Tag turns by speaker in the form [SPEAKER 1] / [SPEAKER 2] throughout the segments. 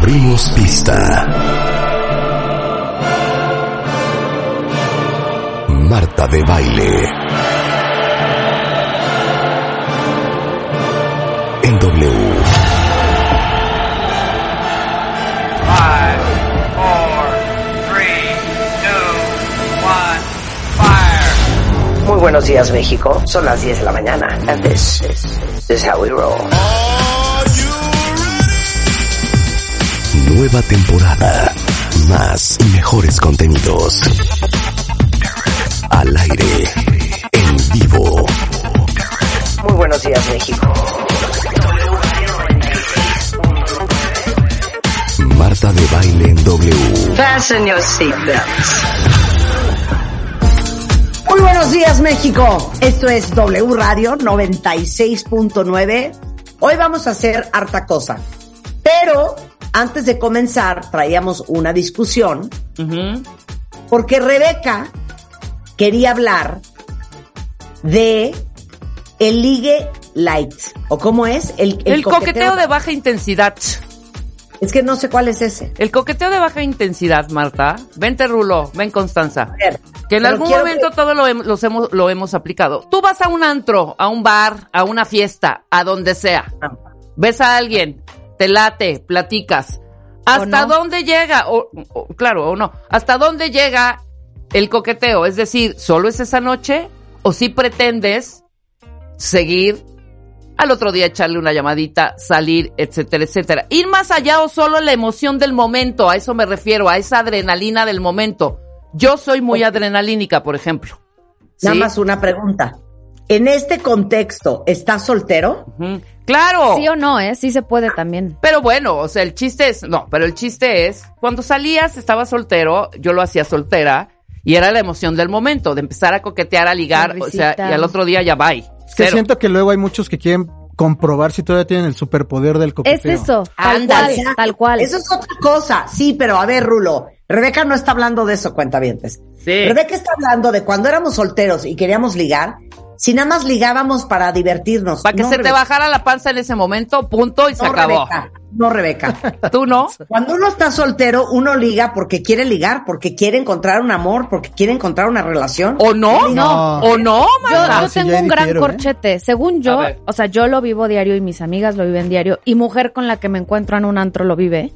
[SPEAKER 1] Abrimos pista. Marta de baile. En W.
[SPEAKER 2] Five, four, three, two, one, fire.
[SPEAKER 3] Muy buenos días, México. Son las 10 de la mañana. And this is, this is how we roll.
[SPEAKER 1] Nueva temporada. Más y mejores contenidos. Al aire. En vivo.
[SPEAKER 3] Muy buenos días, México.
[SPEAKER 1] Marta de baile en W.
[SPEAKER 3] Fasten your seatbelts. Muy buenos días, México. Esto es W Radio 96.9. Hoy vamos a hacer harta cosa. Pero antes de comenzar, traíamos una discusión. Porque Rebeca quería hablar de el ligue light. ¿O cómo es? El,
[SPEAKER 4] El, coqueteo de baja intensidad.
[SPEAKER 3] Es que no sé cuál es ese.
[SPEAKER 4] El coqueteo de baja intensidad, Marta. Vente, Rulo. Ven, Constanza.
[SPEAKER 3] ver,
[SPEAKER 4] Que en
[SPEAKER 3] pero
[SPEAKER 4] algún
[SPEAKER 3] quiero
[SPEAKER 4] momento
[SPEAKER 3] que-
[SPEAKER 4] todo lo, hem- los hemos, lo hemos aplicado. Tú vas a un antro, a un bar, a una fiesta, a donde sea. Ves a alguien, te late, platicas. ¿Hasta dónde llega? O, o- claro, o no. ¿Hasta dónde llega el coqueteo? Es decir, ¿solo es esa noche? ¿O si pretendes seguir al otro día echarle una llamadita, salir, etcétera, etcétera. Ir más allá o solo la emoción del momento, a eso me refiero, a esa adrenalina del momento. Yo soy muy adrenalínica, por ejemplo.
[SPEAKER 3] Nada
[SPEAKER 4] ¿Sí?
[SPEAKER 3] más una pregunta. En este contexto, ¿estás soltero?
[SPEAKER 4] Ujú. Claro.
[SPEAKER 5] Sí o no, ¿eh? Sí se puede también.
[SPEAKER 4] Pero bueno, o sea, el chiste es, no, pero el chiste es, cuando salías estaba soltero, yo lo hacía soltera y era la emoción del momento, de empezar a coquetear, a ligar, o sea,
[SPEAKER 5] Sonrisita.
[SPEAKER 4] y al otro día ya bye.
[SPEAKER 6] Es que
[SPEAKER 4] Cero.
[SPEAKER 6] siento que luego hay muchos que quieren comprobar si todavía tienen el superpoder del coqueteo.
[SPEAKER 5] Es eso, tal
[SPEAKER 4] Ah, Ándale.
[SPEAKER 5] cual, tal cual.
[SPEAKER 3] Eso es otra cosa. Sí, pero a ver, Rulo. Rebeca no está hablando de eso, cuentavientes.
[SPEAKER 4] Sí.
[SPEAKER 3] Rebeca está hablando de cuando éramos solteros y queríamos ligar, si nada más ligábamos para divertirnos.
[SPEAKER 4] Para que
[SPEAKER 3] No,
[SPEAKER 4] se te
[SPEAKER 3] Rebeca.
[SPEAKER 4] bajara la panza en ese momento, punto, y se
[SPEAKER 3] No,
[SPEAKER 4] acabó.
[SPEAKER 3] Rebeca. No, Rebeca.
[SPEAKER 4] ¿Tú no?
[SPEAKER 3] Cuando uno está soltero, uno liga porque quiere ligar, porque quiere encontrar un amor, porque quiere encontrar una relación.
[SPEAKER 4] ¿O no?
[SPEAKER 6] No.
[SPEAKER 4] ¿O no,
[SPEAKER 5] Yo,
[SPEAKER 4] Marta?
[SPEAKER 5] yo
[SPEAKER 6] sí,
[SPEAKER 5] tengo
[SPEAKER 6] ya
[SPEAKER 5] un gran
[SPEAKER 6] difiero, ¿eh?
[SPEAKER 5] corchete. Según
[SPEAKER 4] A
[SPEAKER 5] yo,
[SPEAKER 4] ver.
[SPEAKER 5] o sea, yo lo vivo diario y mis amigas lo viven diario y mujer con la que me encuentro en un antro lo vive.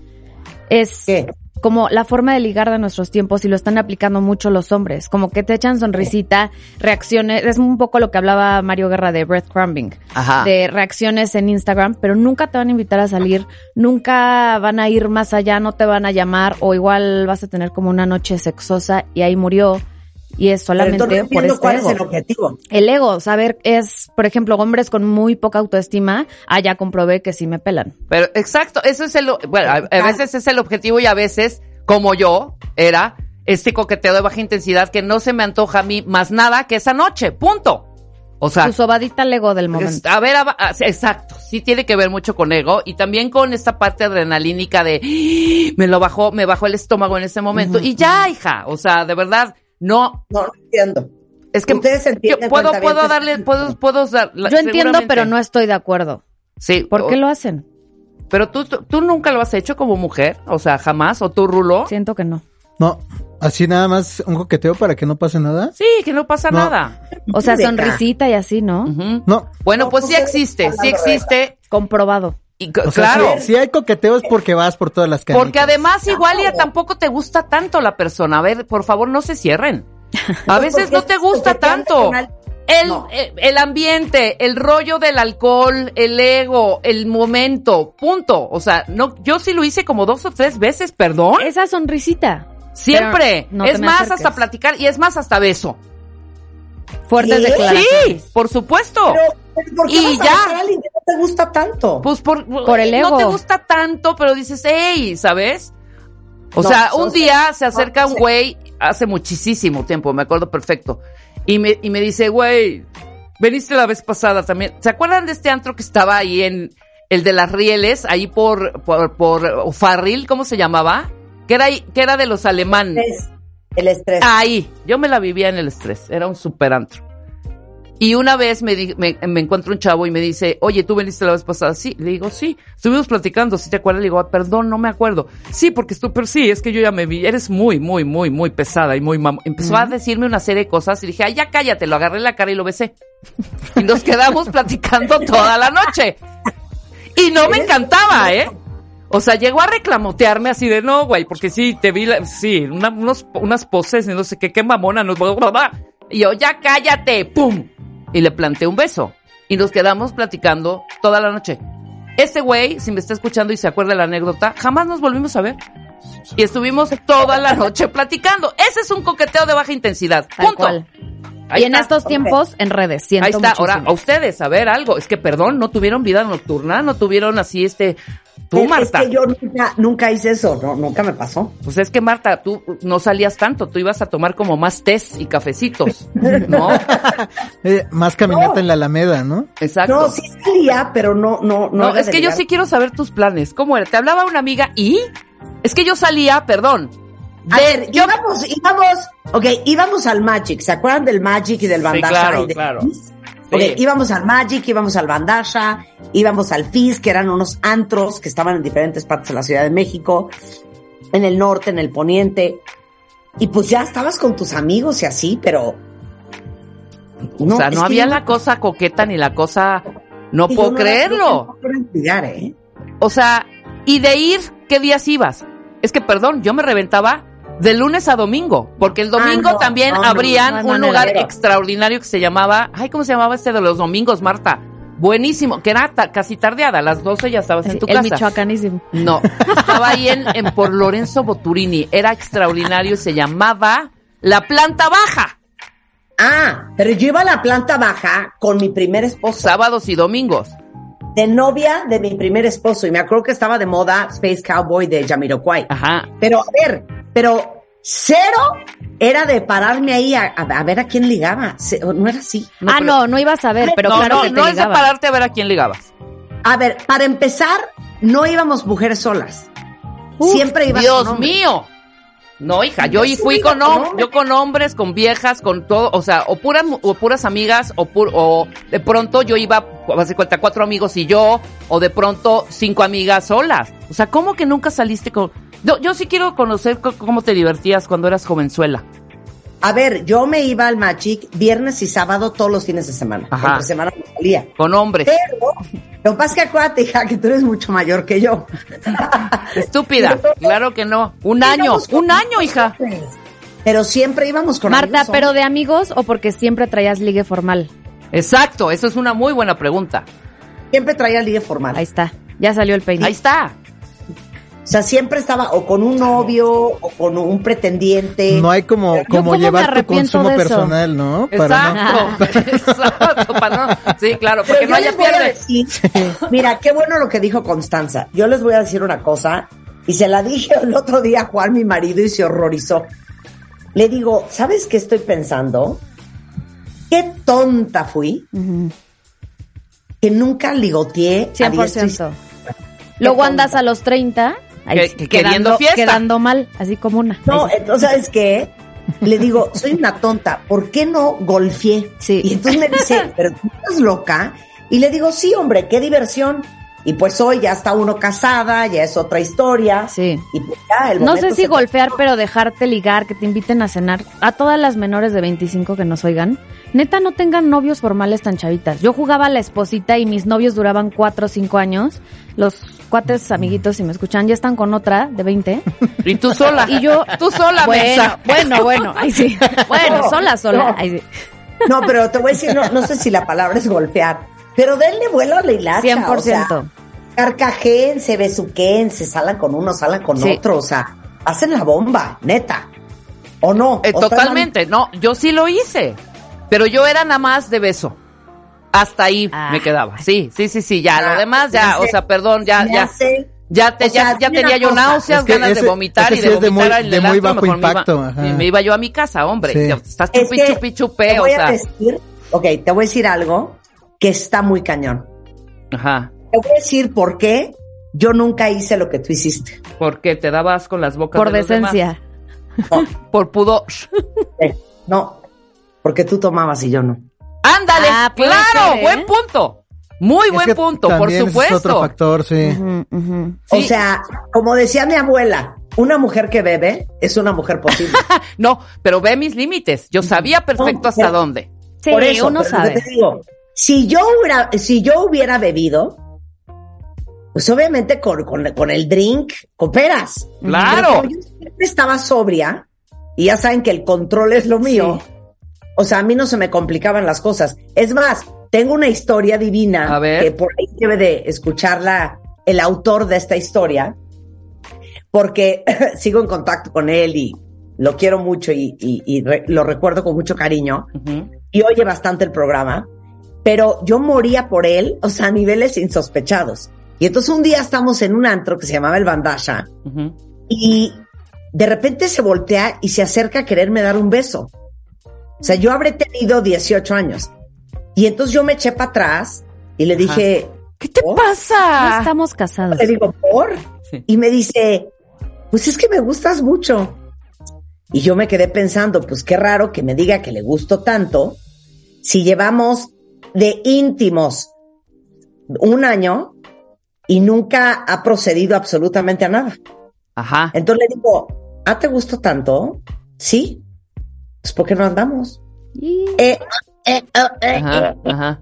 [SPEAKER 5] Es
[SPEAKER 3] ¿Qué?
[SPEAKER 5] como la forma de ligar de nuestros tiempos y lo están aplicando mucho los hombres. Como que te echan sonrisita, reacciones. Es un poco lo que hablaba Mario Guerra de breadcrumbing.
[SPEAKER 4] Ajá.
[SPEAKER 5] de reacciones en Instagram, pero nunca te van a invitar a salir, nunca van a ir más allá, no te van a llamar o igual vas a tener como una noche sexosa y ahí murió y es
[SPEAKER 3] Pero
[SPEAKER 5] solamente
[SPEAKER 3] entonces no
[SPEAKER 5] por
[SPEAKER 3] entiendo
[SPEAKER 5] este
[SPEAKER 3] cuál
[SPEAKER 5] ego.
[SPEAKER 3] es el objetivo.
[SPEAKER 5] El ego, saber, es, por ejemplo, hombres con muy poca autoestima, allá comprobé que sí me pelan.
[SPEAKER 4] Pero exacto, eso es el bueno, a, a veces es el objetivo y a veces, como yo, era este coqueteo de baja intensidad que no se me antoja a mí más nada que esa noche, punto. O sea,
[SPEAKER 5] Tu sobadita al ego del
[SPEAKER 4] es-
[SPEAKER 5] momento.
[SPEAKER 4] a ver, a- a- exacto, sí tiene que ver mucho con ego y también con esta parte adrenalínica de "Ah, me lo bajó, me bajó el estómago en ese momento y ya, hija, o sea, de verdad, no
[SPEAKER 3] No, no entiendo.
[SPEAKER 4] es que
[SPEAKER 3] Ustedes
[SPEAKER 4] yo
[SPEAKER 3] entienden,
[SPEAKER 4] puedo puedo
[SPEAKER 3] cuentavientes.
[SPEAKER 4] darle puedo puedo dar la-
[SPEAKER 5] Yo entiendo,
[SPEAKER 4] seguramente.
[SPEAKER 5] pero no estoy de acuerdo.
[SPEAKER 4] Sí,
[SPEAKER 5] ¿Por qué
[SPEAKER 4] o-
[SPEAKER 5] lo hacen?
[SPEAKER 4] Pero tú, tú, tú nunca lo has hecho como mujer, o sea, jamás, o tú rulo. Sí,
[SPEAKER 5] Siento que no.
[SPEAKER 6] No, así nada más un coqueteo para que no pase nada.
[SPEAKER 4] que no pasa
[SPEAKER 6] No.
[SPEAKER 4] nada.
[SPEAKER 5] O sea,
[SPEAKER 3] Rebeca.
[SPEAKER 5] sonrisita y así, ¿no?
[SPEAKER 4] Ujú.
[SPEAKER 6] No.
[SPEAKER 4] Bueno,
[SPEAKER 3] No,
[SPEAKER 4] pues
[SPEAKER 3] tú
[SPEAKER 4] sí
[SPEAKER 3] qué
[SPEAKER 4] existe,
[SPEAKER 3] estás
[SPEAKER 4] sí
[SPEAKER 3] hablando,
[SPEAKER 4] existe.
[SPEAKER 5] Comprobado.
[SPEAKER 4] Y c-
[SPEAKER 6] O sea,
[SPEAKER 4] claro,
[SPEAKER 6] si- Si, hay coqueteo es porque vas por todas las canicas.
[SPEAKER 4] porque además igual ya tampoco te gusta tanto la persona. A ver, por favor, no se cierren. A veces no te gusta tanto. El,
[SPEAKER 3] No.
[SPEAKER 4] eh, el ambiente, el rollo del alcohol, el ego, el momento, punto. O sea, no, yo sí lo hice como dos o tres veces, perdón.
[SPEAKER 5] Esa sonrisita.
[SPEAKER 4] Siempre.
[SPEAKER 5] Pero no te
[SPEAKER 4] es
[SPEAKER 5] me
[SPEAKER 4] más,
[SPEAKER 5] acerques.
[SPEAKER 4] hasta platicar y es más, hasta beso.
[SPEAKER 5] Fuertes
[SPEAKER 3] ¿Sí?
[SPEAKER 5] declaraciones.
[SPEAKER 4] Sí, por supuesto.
[SPEAKER 3] Pero, ¿Pero ¿Por qué
[SPEAKER 4] Y
[SPEAKER 3] vas a
[SPEAKER 4] ya.
[SPEAKER 3] besar a alguien que no te gusta tanto?
[SPEAKER 4] Pues por,
[SPEAKER 5] Por el
[SPEAKER 4] No
[SPEAKER 5] ego.
[SPEAKER 4] te gusta tanto, pero dices, hey, ¿sabes? O
[SPEAKER 3] No,
[SPEAKER 4] sea,
[SPEAKER 3] o
[SPEAKER 4] un
[SPEAKER 3] sea,
[SPEAKER 4] día se acerca
[SPEAKER 3] no,
[SPEAKER 4] un
[SPEAKER 3] sí.
[SPEAKER 4] güey, hace muchísimo tiempo, me acuerdo perfecto, y me, y me dice, güey, veniste la vez pasada también. ¿Se acuerdan de este antro que estaba ahí en el de las rieles, ahí por, por, por Farril, ¿cómo se llamaba? Que era, ahí- que era de los alemanes.
[SPEAKER 3] Es el estrés.
[SPEAKER 4] Ahí, yo me la vivía en el estrés, era un superantro. Y una vez me, di- me, me encuentro un chavo y me dice, oye, ¿tú veniste la vez pasada? Sí, le digo, sí, estuvimos platicando, si te acuerdas, le digo, "Ah, perdón, no me acuerdo. Sí, porque estuve, pero sí, es que yo ya me vi, eres muy, muy, muy, muy pesada y muy mam Empezó a decirme una serie de cosas y dije, ay, ya cállate, lo agarré la cara y lo besé. Y nos quedamos platicando toda la noche. Y no me encantaba, ¿eh? O sea, llegó a reclamotearme así de no, güey, porque sí, te vi, la- sí, una- unos- unas poses, y no sé qué, qué mamona, nos bla, bla, bla. Y yo, ya cállate, pum. Y le planté un beso. Y nos quedamos platicando toda la noche. Este güey, si me está escuchando y se acuerda de la anécdota, jamás nos volvimos a ver. Y estuvimos toda la noche platicando. Ese es un coqueteo de baja intensidad.
[SPEAKER 5] Tal
[SPEAKER 4] Punto.
[SPEAKER 5] cual.
[SPEAKER 4] Ahí
[SPEAKER 5] y en
[SPEAKER 4] está.
[SPEAKER 5] estos tiempos, en redes, siento
[SPEAKER 4] Ahí está,
[SPEAKER 5] muchísimo.
[SPEAKER 4] ahora a ustedes, a ver algo. Es que, perdón, no tuvieron vida nocturna, no tuvieron así este...
[SPEAKER 3] Es-
[SPEAKER 4] Tú,
[SPEAKER 3] es
[SPEAKER 4] Marta.
[SPEAKER 3] que yo nunca, nunca hice eso, no, nunca me pasó.
[SPEAKER 4] Pues es que Marta, tú no salías tanto, tú ibas a tomar como más tés y cafecitos, ¿no?
[SPEAKER 6] Eh, más caminata
[SPEAKER 3] No.
[SPEAKER 6] en la Alameda, ¿no?
[SPEAKER 4] Exacto.
[SPEAKER 3] No, sí salía, pero no, no, no.
[SPEAKER 4] No,
[SPEAKER 3] era
[SPEAKER 4] es
[SPEAKER 3] de
[SPEAKER 4] que yo
[SPEAKER 3] ligar.
[SPEAKER 4] sí quiero saber tus planes. ¿Cómo era? Te hablaba una amiga y es que yo salía, perdón.
[SPEAKER 3] A
[SPEAKER 4] de-
[SPEAKER 3] ver,
[SPEAKER 4] yo
[SPEAKER 3] íbamos, íbamos, ok, íbamos al Magic, ¿se acuerdan del Magic y del Bandasha?
[SPEAKER 4] claro,
[SPEAKER 3] y de-
[SPEAKER 4] claro.
[SPEAKER 3] Ok,
[SPEAKER 4] Sí.
[SPEAKER 3] íbamos al Magic, íbamos al Bandasha, íbamos al FIS, que eran unos antros que estaban en diferentes partes de la Ciudad de México, en el norte, en el poniente, y pues ya estabas con tus amigos y así, pero...
[SPEAKER 4] o sea,
[SPEAKER 3] es
[SPEAKER 4] no
[SPEAKER 3] que
[SPEAKER 4] había
[SPEAKER 3] yo-
[SPEAKER 4] la cosa coqueta ni la cosa no
[SPEAKER 3] es que yo
[SPEAKER 4] puedo
[SPEAKER 3] no era-
[SPEAKER 4] creerlo.
[SPEAKER 3] yo tampoco era ligar, ¿eh?
[SPEAKER 4] O sea, y de ir, ¿qué días ibas? Es que perdón, yo me reventaba de lunes a domingo, porque el domingo
[SPEAKER 3] no,
[SPEAKER 4] también
[SPEAKER 3] no, no,
[SPEAKER 4] abrían
[SPEAKER 5] Ah, no hay
[SPEAKER 4] un lugar
[SPEAKER 3] manera.
[SPEAKER 4] extraordinario que se llamaba, ay, ¿cómo se llamaba este de los domingos, Marta? Buenísimo, que era ta- casi tardeada, a las 12 ya estabas en tu
[SPEAKER 5] el
[SPEAKER 4] casa.
[SPEAKER 5] michoacanísimo.
[SPEAKER 4] No, estaba ahí en, en por Lorenzo Boturini, era extraordinario, se llamaba La Planta Baja,
[SPEAKER 3] Ah, pero yo iba a la planta baja con mi primer esposo.
[SPEAKER 4] sábados y domingos.
[SPEAKER 3] de novia de mi primer esposo y me acuerdo que estaba de moda Space Cowboy de Jamiroquai.
[SPEAKER 4] Ajá.
[SPEAKER 3] Pero a ver, pero cero era de pararme ahí a, a- a ver a quién ligaba. Se- no era así.
[SPEAKER 5] ah,
[SPEAKER 4] pero-
[SPEAKER 5] no, no ibas a ver, pero
[SPEAKER 4] no,
[SPEAKER 5] claro
[SPEAKER 4] no,
[SPEAKER 5] que te
[SPEAKER 4] no es de
[SPEAKER 5] ligaba.
[SPEAKER 4] pararte a ver a quién ligabas.
[SPEAKER 3] A ver, para empezar, no íbamos mujeres solas.
[SPEAKER 4] Uf,
[SPEAKER 3] Siempre ibas
[SPEAKER 4] Dios
[SPEAKER 3] con hombres.
[SPEAKER 4] mío. No, hija,
[SPEAKER 3] Yo
[SPEAKER 4] yo y
[SPEAKER 3] sí
[SPEAKER 4] fui
[SPEAKER 3] iba
[SPEAKER 4] con,
[SPEAKER 3] con
[SPEAKER 4] hom-
[SPEAKER 3] hombres.
[SPEAKER 4] yo con hombres, con viejas, con todo, o sea, o puras mu- o puras amigas o pur- o de pronto yo iba hace cuenta cuatro amigos y yo o de pronto cinco amigas solas. O sea, ¿cómo que nunca saliste con Yo, yo sí quiero conocer co- cómo te divertías cuando eras jovenzuela.
[SPEAKER 3] A ver, yo me iba al Magic viernes y sábado todos los fines de semana.
[SPEAKER 4] Ajá.
[SPEAKER 3] Entre semana no salía.
[SPEAKER 4] Con hombres.
[SPEAKER 3] Pero lo que pasa es que acuérdate, hija, que tú eres mucho mayor que yo.
[SPEAKER 4] Estúpida.
[SPEAKER 3] pero-
[SPEAKER 4] Claro que no. Un año.
[SPEAKER 3] Íbamos con
[SPEAKER 4] Un año, hija.
[SPEAKER 3] Pero siempre íbamos con
[SPEAKER 5] Marta,
[SPEAKER 3] amigos hombres.
[SPEAKER 5] pero de amigos o porque siempre traías ligue formal.
[SPEAKER 4] Exacto. Eso es una muy buena pregunta.
[SPEAKER 3] siempre traía ligue formal.
[SPEAKER 5] Ahí está. Ya salió el peine.
[SPEAKER 4] Ahí está.
[SPEAKER 3] O sea, siempre estaba o con un novio o con un pretendiente.
[SPEAKER 6] No hay como,
[SPEAKER 5] cómo
[SPEAKER 6] como
[SPEAKER 5] me
[SPEAKER 6] llevar tu
[SPEAKER 5] arrepiento
[SPEAKER 6] consumo
[SPEAKER 5] de eso.
[SPEAKER 6] personal, ¿no? no-
[SPEAKER 4] Exacto. Exacto. Para no- Sí, claro. Porque
[SPEAKER 3] Pero yo
[SPEAKER 4] no haya
[SPEAKER 3] les voy a
[SPEAKER 4] pierde.
[SPEAKER 3] decir- mira, qué bueno lo que dijo Constanza. Yo les voy a decir una cosa y se la dije el otro día a Juan, mi marido, y se horrorizó. Le digo, ¿sabes qué estoy pensando? Qué tonta fui
[SPEAKER 5] Ujú.
[SPEAKER 3] que nunca ligoteé. a diestra y
[SPEAKER 5] 100%. Luego andas a los 30 ahí,
[SPEAKER 4] Que- queriendo
[SPEAKER 5] quedando,
[SPEAKER 4] fiesta.
[SPEAKER 5] quedando mal, así como una.
[SPEAKER 3] No,
[SPEAKER 5] Ahí
[SPEAKER 3] entonces, ¿sabes qué? Le digo, soy una tonta, ¿por qué no golfié?
[SPEAKER 5] Sí.
[SPEAKER 3] Y entonces me dice, ¿pero tú estás loca? Y le digo, sí, hombre, qué diversión. Y pues hoy ya está uno casada, ya es otra historia.
[SPEAKER 5] Sí.
[SPEAKER 3] Y pues ya, el
[SPEAKER 5] No
[SPEAKER 3] boleto
[SPEAKER 5] sé si
[SPEAKER 3] se-
[SPEAKER 5] golpear, pero dejarte ligar, que te inviten a cenar. A todas las menores de 25 que nos oigan, neta no tengan novios formales tan chavitas. Yo jugaba a la esposita y mis novios duraban 4 o 5 años. Los cuates amiguitos, si me escuchan, ya están con otra de 20.
[SPEAKER 4] Y tú sola.
[SPEAKER 5] Y yo...
[SPEAKER 4] Tú sola,
[SPEAKER 5] bueno,
[SPEAKER 4] mensa.
[SPEAKER 5] bueno, bueno, ahí sí. Bueno,
[SPEAKER 3] No,
[SPEAKER 5] sola, sola.
[SPEAKER 3] no.
[SPEAKER 5] ahí sí.
[SPEAKER 3] No, pero te voy a decir, no, no sé si la palabra es golpear, pero denle vuelo a la hilacha.
[SPEAKER 5] 100%.
[SPEAKER 3] Ah, o sea, carcajeen, se besuquen, se salan con uno, salan con
[SPEAKER 5] Sí.
[SPEAKER 3] otro. O sea, hacen la bomba, neta. ¿O no?
[SPEAKER 4] Eh,
[SPEAKER 3] ¿O están mal?
[SPEAKER 4] totalmente. No, yo sí lo hice. Pero yo era nada más de beso. hasta ahí
[SPEAKER 3] Ah.
[SPEAKER 4] me quedaba. Sí, sí, sí, sí, ya, lo demás ya, o sea, perdón, ya,
[SPEAKER 3] Me
[SPEAKER 4] ya.
[SPEAKER 3] hace-
[SPEAKER 4] Ya, te-
[SPEAKER 3] O sea,
[SPEAKER 4] ya, ya
[SPEAKER 3] dime
[SPEAKER 4] tenía
[SPEAKER 3] una
[SPEAKER 4] yo
[SPEAKER 3] cosa.
[SPEAKER 4] náuseas,
[SPEAKER 6] Es que
[SPEAKER 4] ganas
[SPEAKER 6] ese-
[SPEAKER 4] de vomitar y
[SPEAKER 6] ese
[SPEAKER 4] de
[SPEAKER 6] sí es de
[SPEAKER 4] vomitar
[SPEAKER 6] muy-
[SPEAKER 4] al
[SPEAKER 6] de muy
[SPEAKER 4] delante,
[SPEAKER 6] bajo
[SPEAKER 4] mejor me iba-
[SPEAKER 6] impacto, ajá.
[SPEAKER 4] me iba, yo a mi casa, hombre.
[SPEAKER 6] Sí.
[SPEAKER 4] ya Estás
[SPEAKER 3] Es
[SPEAKER 4] chupi,
[SPEAKER 3] que
[SPEAKER 4] chupi,
[SPEAKER 3] te
[SPEAKER 4] chupe, o
[SPEAKER 3] voy a
[SPEAKER 4] sea.
[SPEAKER 3] decir, ok, te voy a decir algo que está muy cañón.
[SPEAKER 4] Ajá.
[SPEAKER 3] Te voy a decir por qué yo nunca hice lo que tú hiciste.
[SPEAKER 4] Porque te dabas con las bocas
[SPEAKER 5] Por
[SPEAKER 4] de los demás.
[SPEAKER 5] decencia.
[SPEAKER 4] Por pudor.
[SPEAKER 3] Eh, No, porque tú tomabas y yo no.
[SPEAKER 4] ¡Ándale!
[SPEAKER 5] Ah, puede
[SPEAKER 4] ¡Claro!
[SPEAKER 5] ser, ¿eh?
[SPEAKER 4] ¡Buen punto! Muy
[SPEAKER 6] Es
[SPEAKER 4] buen
[SPEAKER 6] que
[SPEAKER 4] punto, por
[SPEAKER 6] también ese
[SPEAKER 4] supuesto.
[SPEAKER 6] Es otro factor, sí.
[SPEAKER 5] Ujú, ujú.
[SPEAKER 3] O
[SPEAKER 4] Sí.
[SPEAKER 3] sea, como decía mi abuela, una mujer que bebe es una mujer posible.
[SPEAKER 4] No, pero ve mis límites. Yo sabía perfecto
[SPEAKER 3] No,
[SPEAKER 4] hasta
[SPEAKER 3] pero-
[SPEAKER 4] dónde.
[SPEAKER 5] Sí,
[SPEAKER 3] Por eso,
[SPEAKER 5] uno
[SPEAKER 3] pero lo que
[SPEAKER 5] sabe.
[SPEAKER 3] te digo, si yo hubiera, si yo hubiera bebido, pues obviamente con, con- con el drink cooperas. Pero
[SPEAKER 4] ¡Claro!
[SPEAKER 3] como yo siempre estaba sobria, y ya saben que el control es lo mío. O sea, a mí no se me complicaban las cosas. Es más, tengo una historia divina
[SPEAKER 4] A ver.
[SPEAKER 3] que por ahí debe de escucharla el autor de esta historia, porque sigo en contacto con él y lo quiero mucho y, y- y re- lo recuerdo con mucho cariño
[SPEAKER 4] Ujú.
[SPEAKER 3] y oye bastante el programa, pero yo moría por él, o sea, a niveles insospechados. Y entonces un día estamos en un antro que se llamaba el Bandasha
[SPEAKER 4] Ujú.
[SPEAKER 3] y de repente se voltea y se acerca a quererme dar un beso. O sea, yo habré tenido 18 años. Y entonces yo me eché para atrás y le dije,
[SPEAKER 4] ¿Qué te
[SPEAKER 3] ¿Por? Ah.
[SPEAKER 5] No
[SPEAKER 4] pasa?
[SPEAKER 5] estamos casados.
[SPEAKER 3] le digo, ¿por?
[SPEAKER 4] Sí.
[SPEAKER 3] Y me dice, pues es que me gustas mucho. Y yo me quedé pensando, pues qué raro que me diga que le gusto tanto si llevamos de íntimos un año y nunca ha procedido absolutamente a nada.
[SPEAKER 4] Ajá.
[SPEAKER 3] Entonces le digo, ¿ah, te gusto tanto? Sí. Pues ¿por qué no andamos?
[SPEAKER 5] Y-
[SPEAKER 3] Eh, eh, eh, eh,
[SPEAKER 4] Ajá.
[SPEAKER 3] eh.
[SPEAKER 4] Ajá.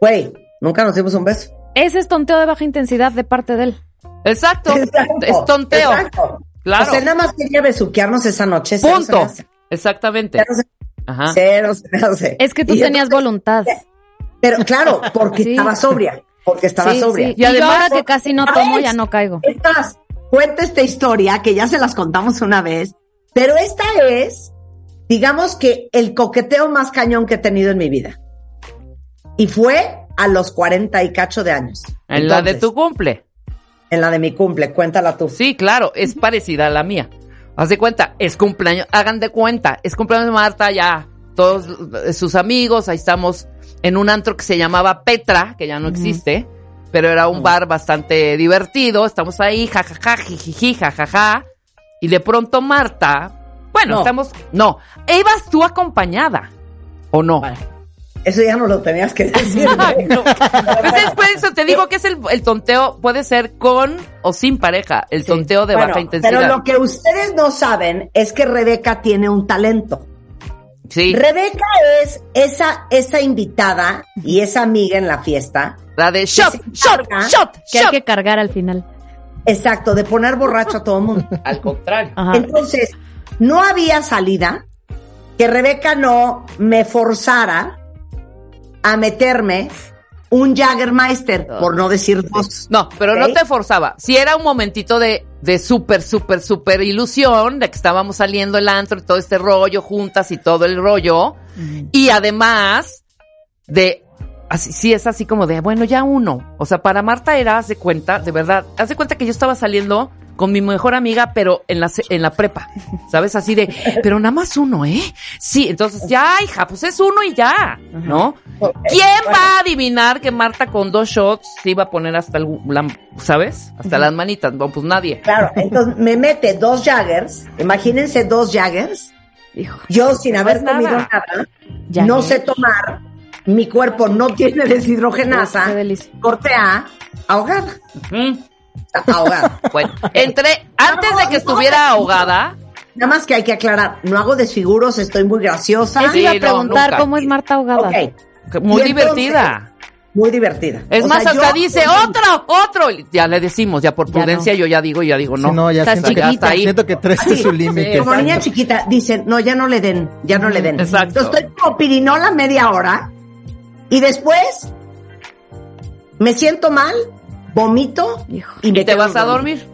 [SPEAKER 3] Güey, nunca nos dimos un beso.
[SPEAKER 5] Ese es tonteo de baja intensidad de parte de él.
[SPEAKER 4] Exacto.
[SPEAKER 3] Exacto,
[SPEAKER 4] Es tonteo.
[SPEAKER 3] exacto.
[SPEAKER 4] Claro.
[SPEAKER 3] O sea, nada más quería besuquearnos esa noche. cero se me
[SPEAKER 4] Punto. Ah.
[SPEAKER 3] hace,
[SPEAKER 4] Exactamente.
[SPEAKER 3] cero se
[SPEAKER 4] Ajá.
[SPEAKER 3] Cero, se me hace.
[SPEAKER 5] Es que tú
[SPEAKER 3] Y
[SPEAKER 5] tenías
[SPEAKER 3] entonces-
[SPEAKER 5] voluntad.
[SPEAKER 3] Pero claro, porque
[SPEAKER 5] Sí.
[SPEAKER 3] estaba sobria. Porque estaba
[SPEAKER 5] Sí,
[SPEAKER 3] sobria.
[SPEAKER 5] sí. Y, además,
[SPEAKER 4] además-
[SPEAKER 5] ahora que casi no tomo, ya no caigo.
[SPEAKER 3] Estas, cuenta esta historia que ya se las contamos una vez, pero esta es, digamos que el coqueteo más cañón que he tenido en mi vida. Y fue a los 40 y cacho de años.
[SPEAKER 4] En la de
[SPEAKER 3] Entonces,
[SPEAKER 4] tu cumple.
[SPEAKER 3] En la de mi cumple, cuéntala tú.
[SPEAKER 4] Sí, claro, es parecida a la mía. Haz de cuenta, es cumpleaños, hagan de cuenta, es cumpleaños de Marta, ya todos eh, sus amigos, ahí estamos en un antro que se llamaba Petra, que ya no existe, pero era un bar bastante divertido, estamos ahí, jajaja, jijiji, jajaja, y de pronto Marta, bueno,
[SPEAKER 3] No.
[SPEAKER 4] estamos, no, ibas tú acompañada, ¿o no?
[SPEAKER 3] Eso ya no lo tenías que decir.
[SPEAKER 4] Ay, no. Pues es por eso te digo que es el, el tonteo, puede ser con o sin pareja, el tonteo de
[SPEAKER 3] Bueno,
[SPEAKER 4] baja intensidad.
[SPEAKER 3] Pero lo que ustedes no saben es que Rebeca tiene un talento.
[SPEAKER 4] Sí,
[SPEAKER 3] Rebeca es esa, esa invitada y esa amiga en la fiesta.
[SPEAKER 4] la de shot,
[SPEAKER 3] se
[SPEAKER 4] shot,
[SPEAKER 3] encarga
[SPEAKER 4] shot,
[SPEAKER 5] Que hay
[SPEAKER 4] shot.
[SPEAKER 5] que cargar al final.
[SPEAKER 3] Exacto, de poner borracho a todo el mundo.
[SPEAKER 4] Al contrario.
[SPEAKER 5] Ajá.
[SPEAKER 3] Entonces, no había salida que Rebeca no me forzara a meterme un Jaggermeister, por no decir dos.
[SPEAKER 4] No, pero
[SPEAKER 3] ¿Ok?
[SPEAKER 4] no te forzaba. Si era un momentito de, de súper, súper, súper ilusión, de que estábamos saliendo el antro y todo este rollo juntas y todo el rollo. Y además de, así, sí, es así como de, bueno, ya uno. O sea, para Marta era, haz de cuenta, de verdad, haz de cuenta que yo estaba saliendo con mi mejor amiga, pero en la, se- en la prepa, ¿sabes? Así de, pero nada más uno, ¿eh? Sí, entonces ya, hija, pues es uno y ya, ¿no? ¿Quién va a adivinar que Marta con dos shots se iba a poner hasta el, la- ¿sabes? Hasta las manitas. No, pues nadie.
[SPEAKER 3] Claro, entonces me mete dos Jaggers, imagínense dos Jaggers,
[SPEAKER 5] Hijo,
[SPEAKER 3] yo sin haber
[SPEAKER 4] nada.
[SPEAKER 3] comido nada,
[SPEAKER 5] ya.
[SPEAKER 3] no sé tomar, mi cuerpo no tiene
[SPEAKER 5] Qué
[SPEAKER 3] deshidrogenasa,
[SPEAKER 5] delicia.
[SPEAKER 3] corte A, ahogada,
[SPEAKER 4] Mm.
[SPEAKER 3] ahogada.
[SPEAKER 4] Bueno, entré, antes de que estuviera ahogada,
[SPEAKER 3] Nada más que hay que aclarar, no hago desfiguros, estoy muy graciosa.
[SPEAKER 5] Eso iba a
[SPEAKER 4] Sí, no,
[SPEAKER 5] preguntar
[SPEAKER 4] nunca.
[SPEAKER 5] cómo es Marta ahogada.
[SPEAKER 3] Ok,
[SPEAKER 4] que muy
[SPEAKER 3] Y entonces,
[SPEAKER 4] divertida.
[SPEAKER 3] muy divertida.
[SPEAKER 4] Es
[SPEAKER 3] O
[SPEAKER 4] más,
[SPEAKER 3] sea,
[SPEAKER 4] hasta
[SPEAKER 3] yo-
[SPEAKER 4] dice, ¡otro! ¡Otro! Y Ya le decimos, ya por
[SPEAKER 5] Ya
[SPEAKER 4] prudencia yo ya digo, ya digo,
[SPEAKER 6] Sí,
[SPEAKER 4] no.
[SPEAKER 6] No, ya
[SPEAKER 5] Estás
[SPEAKER 6] siento que,
[SPEAKER 5] chiquita.
[SPEAKER 6] siento que tres es su límite.
[SPEAKER 3] Como niña chiquita, dicen, no, ya no le den, ya no le den.
[SPEAKER 4] Exacto.
[SPEAKER 3] Entonces estoy como pirinola media hora y después me siento mal, vomito
[SPEAKER 5] Hijo.
[SPEAKER 3] y me
[SPEAKER 4] Y te
[SPEAKER 3] quedo
[SPEAKER 4] vas a dormir.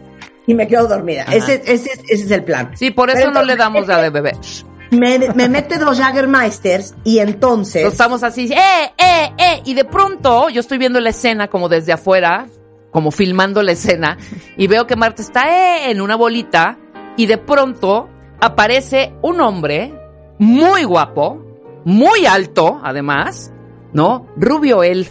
[SPEAKER 3] Y me quedo dormida.
[SPEAKER 4] Ajá.
[SPEAKER 3] Ese, ese, ese es el plan.
[SPEAKER 4] Sí, por eso
[SPEAKER 3] Pero
[SPEAKER 4] no le damos la
[SPEAKER 3] entonces,
[SPEAKER 4] de bebé.
[SPEAKER 3] me, me mete dos Jaggermeisters y entonces.
[SPEAKER 4] Entonces, estamos así, ¡eh, eh, eh! Y de pronto yo estoy viendo la escena como desde afuera, como filmando la escena, y veo que Marta está ¡eh! en una bolita, y de pronto aparece un hombre muy guapo, muy alto, además, ¿no? Rubio él.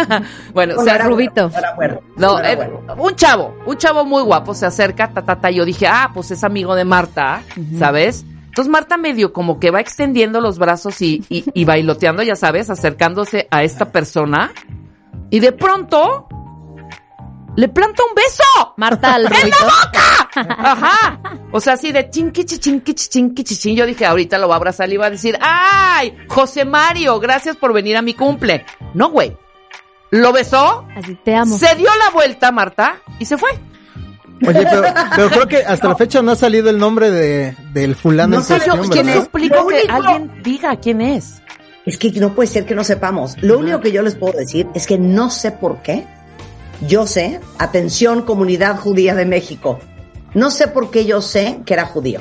[SPEAKER 4] bueno,
[SPEAKER 5] O
[SPEAKER 4] o
[SPEAKER 5] sea,
[SPEAKER 4] sea,
[SPEAKER 5] Rubito.
[SPEAKER 3] Era bueno,
[SPEAKER 4] no,
[SPEAKER 3] era
[SPEAKER 4] eh,
[SPEAKER 3] bueno.
[SPEAKER 4] un chavo, un chavo muy guapo, se acerca, ta, ta, ta. Yo dije, ah, pues es amigo de Marta, ¿sabes? Entonces Marta medio como que va extendiendo los brazos y, y- y bailoteando, ya sabes, acercándose a esta persona. Y de pronto, le planta un beso.
[SPEAKER 5] Marta al rubito.
[SPEAKER 4] Ajá. O sea, así de chinquichi, chinquichi, chinquichichín. Yo dije, ahorita lo va a abrazar y va a decir, ¡ay! José Mario, gracias por venir a mi cumple. No, güey. Lo besó,
[SPEAKER 5] Así te amo.
[SPEAKER 4] se dio la vuelta, Marta, y se fue.
[SPEAKER 6] Oye, pero, pero creo que hasta la fecha no ha salido el nombre de, del
[SPEAKER 3] No
[SPEAKER 6] fulano en
[SPEAKER 3] salió,
[SPEAKER 6] cuestión,
[SPEAKER 3] ¿quién
[SPEAKER 6] ¿verdad?
[SPEAKER 3] es?
[SPEAKER 4] Suplico
[SPEAKER 3] Lo
[SPEAKER 4] que
[SPEAKER 3] único-
[SPEAKER 4] alguien diga quién es.
[SPEAKER 3] Es que no puede ser que no sepamos. Lo único que yo les puedo decir es que no sé por qué. Yo sé, atención comunidad judía de México, no sé por qué yo sé que era judío.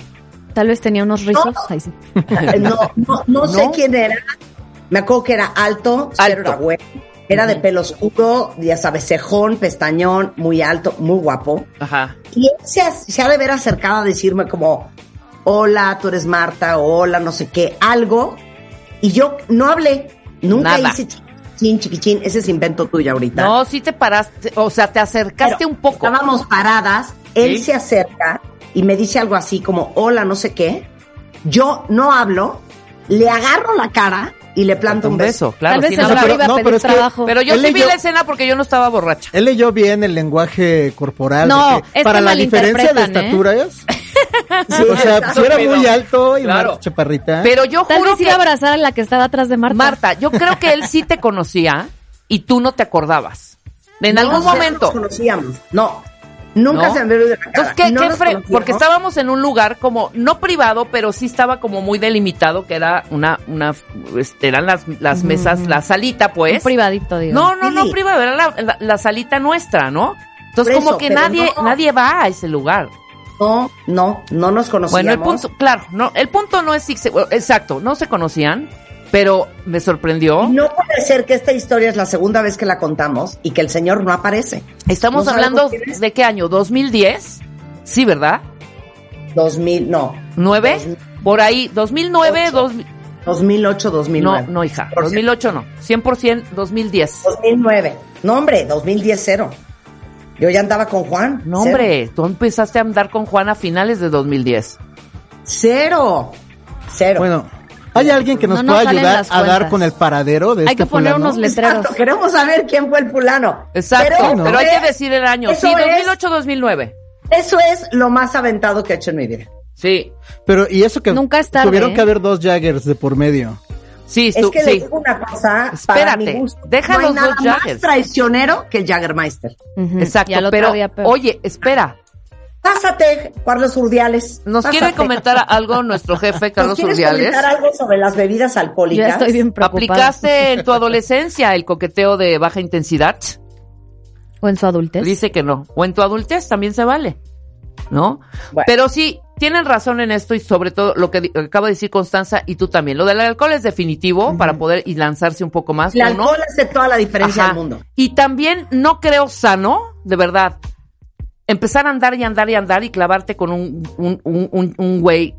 [SPEAKER 5] Tal vez tenía unos rizos. Ay, sí.
[SPEAKER 3] No, no, no sé
[SPEAKER 4] No.
[SPEAKER 3] quién era. Me acuerdo que era alto, pero
[SPEAKER 4] Alto.
[SPEAKER 3] era güero. Era de pelo oscuro, ya sabes, cejón, pestañón, muy alto, muy guapo.
[SPEAKER 4] Ajá.
[SPEAKER 3] Y él se, ha- se ha de ver acercado a decirme como, hola, tú eres Marta, o hola, no sé qué, algo. Y yo no hablé, nunca
[SPEAKER 4] Nada.
[SPEAKER 3] hice chiquichín, chiquichín, ese es invento tuyo ahorita.
[SPEAKER 4] No, sí te paraste, o sea, te acercaste
[SPEAKER 3] Pero
[SPEAKER 4] un poco.
[SPEAKER 3] Estábamos paradas, él
[SPEAKER 4] Sí.
[SPEAKER 3] se acerca y me dice algo así como, hola, no sé qué. Yo no hablo, le agarro la cara y le planto un beso.
[SPEAKER 4] claro.
[SPEAKER 5] Tal vez
[SPEAKER 4] sin
[SPEAKER 5] se lo
[SPEAKER 6] no,
[SPEAKER 4] hablar.
[SPEAKER 6] pero-
[SPEAKER 5] iba a
[SPEAKER 6] no,
[SPEAKER 5] pedir
[SPEAKER 6] pero es que-
[SPEAKER 5] trabajo.
[SPEAKER 4] pero yo
[SPEAKER 6] Él
[SPEAKER 4] sí
[SPEAKER 6] y
[SPEAKER 4] vi
[SPEAKER 6] yo-
[SPEAKER 4] la escena porque yo no estaba borracha.
[SPEAKER 6] Él leyó bien el lenguaje corporal.
[SPEAKER 5] No,
[SPEAKER 6] porque
[SPEAKER 5] es que
[SPEAKER 6] para la diferencia de
[SPEAKER 5] malinterpretan, ¿eh?
[SPEAKER 6] estaturas.
[SPEAKER 3] Sí,
[SPEAKER 6] o sea,
[SPEAKER 3] está
[SPEAKER 6] si era
[SPEAKER 4] estúpido.
[SPEAKER 6] muy alto y
[SPEAKER 4] Claro.
[SPEAKER 6] más
[SPEAKER 3] ¿Eh?
[SPEAKER 6] chaparrita.
[SPEAKER 4] Pero yo
[SPEAKER 5] Tal
[SPEAKER 4] juro
[SPEAKER 5] vez
[SPEAKER 4] que
[SPEAKER 5] iba a abrazar a la que estaba atrás de Marta.
[SPEAKER 4] Marta, yo creo que él sí te conocía y tú no te acordabas. En algún
[SPEAKER 3] No,
[SPEAKER 4] momento.
[SPEAKER 3] No nos conocíamos, no. Nunca
[SPEAKER 4] ¿no?
[SPEAKER 3] se me vio de la cara.
[SPEAKER 4] Entonces, ¿qué-
[SPEAKER 3] No
[SPEAKER 4] qué
[SPEAKER 3] nos
[SPEAKER 4] fre-
[SPEAKER 3] conocíamos.
[SPEAKER 4] Porque estábamos en un lugar como, no privado, pero sí estaba como muy delimitado, que era una, una, este, eran las, las mesas, la salita,
[SPEAKER 5] Un
[SPEAKER 4] pues.
[SPEAKER 5] privadito, digo.
[SPEAKER 4] No, no, no,
[SPEAKER 3] Sí.
[SPEAKER 4] privado, era la, la- la salita nuestra, ¿no? Entonces,
[SPEAKER 3] Por
[SPEAKER 4] como
[SPEAKER 3] eso,
[SPEAKER 4] que
[SPEAKER 3] pero
[SPEAKER 4] nadie,
[SPEAKER 3] no.
[SPEAKER 4] nadie va a ese lugar.
[SPEAKER 3] No, no, no nos conocíamos.
[SPEAKER 4] Bueno, el punto, claro, no, el punto no es si se- bueno, exacto, no se conocían, pero me sorprendió.
[SPEAKER 3] Y No puede ser que esta historia es la segunda vez que la contamos y que el señor no aparece.
[SPEAKER 4] Estamos
[SPEAKER 3] no sabemos
[SPEAKER 4] hablando
[SPEAKER 3] quién es.
[SPEAKER 4] de qué año, 2010, sí, ¿verdad?
[SPEAKER 3] 2000, no,
[SPEAKER 4] ¿Nueve?
[SPEAKER 3] Dos mil-
[SPEAKER 4] Por ahí, 2009,
[SPEAKER 3] Ocho.
[SPEAKER 4] dos,
[SPEAKER 3] 2008, 2009.
[SPEAKER 4] no, no, hija,
[SPEAKER 3] Por
[SPEAKER 4] 2008 no, 100% 2010.
[SPEAKER 3] 2009. No, hombre, 2010 cero. Yo ya andaba con Juan.
[SPEAKER 4] No, hombre, tú empezaste a andar con Juan a finales de 2010.
[SPEAKER 3] Cero. Cero. Cero.
[SPEAKER 6] bueno, ¿hay alguien que nos
[SPEAKER 5] No nos
[SPEAKER 6] pueda
[SPEAKER 5] salen
[SPEAKER 6] ayudar
[SPEAKER 5] las
[SPEAKER 6] a dar
[SPEAKER 5] cuentas.
[SPEAKER 6] con el paradero de
[SPEAKER 5] Hay
[SPEAKER 6] este
[SPEAKER 5] que poner
[SPEAKER 6] fulano?
[SPEAKER 5] unos letreros.
[SPEAKER 3] Exacto, queremos saber quién fue el fulano.
[SPEAKER 4] Exacto,
[SPEAKER 3] Pero,
[SPEAKER 4] pero, hay
[SPEAKER 3] eh,
[SPEAKER 4] que decir el año, sí,
[SPEAKER 3] eso es-
[SPEAKER 4] 2008-2009.
[SPEAKER 3] Eso es lo más aventado que he hecho en mi vida.
[SPEAKER 4] Sí,
[SPEAKER 6] Pero, y eso que
[SPEAKER 5] Nunca es tarde,
[SPEAKER 6] tuvieron
[SPEAKER 5] ¿eh?
[SPEAKER 6] que haber dos Jaggers de por medio.
[SPEAKER 4] sí,
[SPEAKER 3] Es
[SPEAKER 4] tú-
[SPEAKER 3] que le
[SPEAKER 4] sí.
[SPEAKER 3] digo una cosa. para
[SPEAKER 4] Espérate,
[SPEAKER 3] mi gusto,
[SPEAKER 4] deja
[SPEAKER 3] no hay
[SPEAKER 4] los
[SPEAKER 3] nada
[SPEAKER 4] dos
[SPEAKER 3] más
[SPEAKER 4] Jaggers.
[SPEAKER 3] traicionero que el Jaggermeister.
[SPEAKER 5] Ujú.
[SPEAKER 4] Exacto,
[SPEAKER 5] Y al otro
[SPEAKER 4] pero
[SPEAKER 5] día peor.
[SPEAKER 4] oye, espera,
[SPEAKER 3] Pásate, Carlos Urdiales.
[SPEAKER 4] nos quiere
[SPEAKER 3] pásate.
[SPEAKER 4] comentar algo nuestro jefe Carlos
[SPEAKER 3] ¿Quieres
[SPEAKER 4] Urdiales.
[SPEAKER 3] comentar algo sobre las bebidas
[SPEAKER 5] yo
[SPEAKER 3] alcohólicas?
[SPEAKER 5] ya estoy bien preocupada.
[SPEAKER 4] ¿Aplicaste en tu adolescencia el coqueteo de baja intensidad?
[SPEAKER 5] O en su adultez.
[SPEAKER 4] Dice que no. O en tu adultez también se vale, ¿no?
[SPEAKER 3] Bueno.
[SPEAKER 4] Pero sí, tienen razón en esto y sobre todo lo que di- acaba de decir Constanza y tú también. Lo del alcohol es definitivo para poder y lanzarse un poco más.
[SPEAKER 3] El
[SPEAKER 4] uno.
[SPEAKER 3] alcohol hace toda la diferencia
[SPEAKER 4] Ajá.
[SPEAKER 3] del mundo.
[SPEAKER 4] Y también no creo sano, de verdad, empezar a andar y andar y andar y clavarte con un, un, un, un- un güey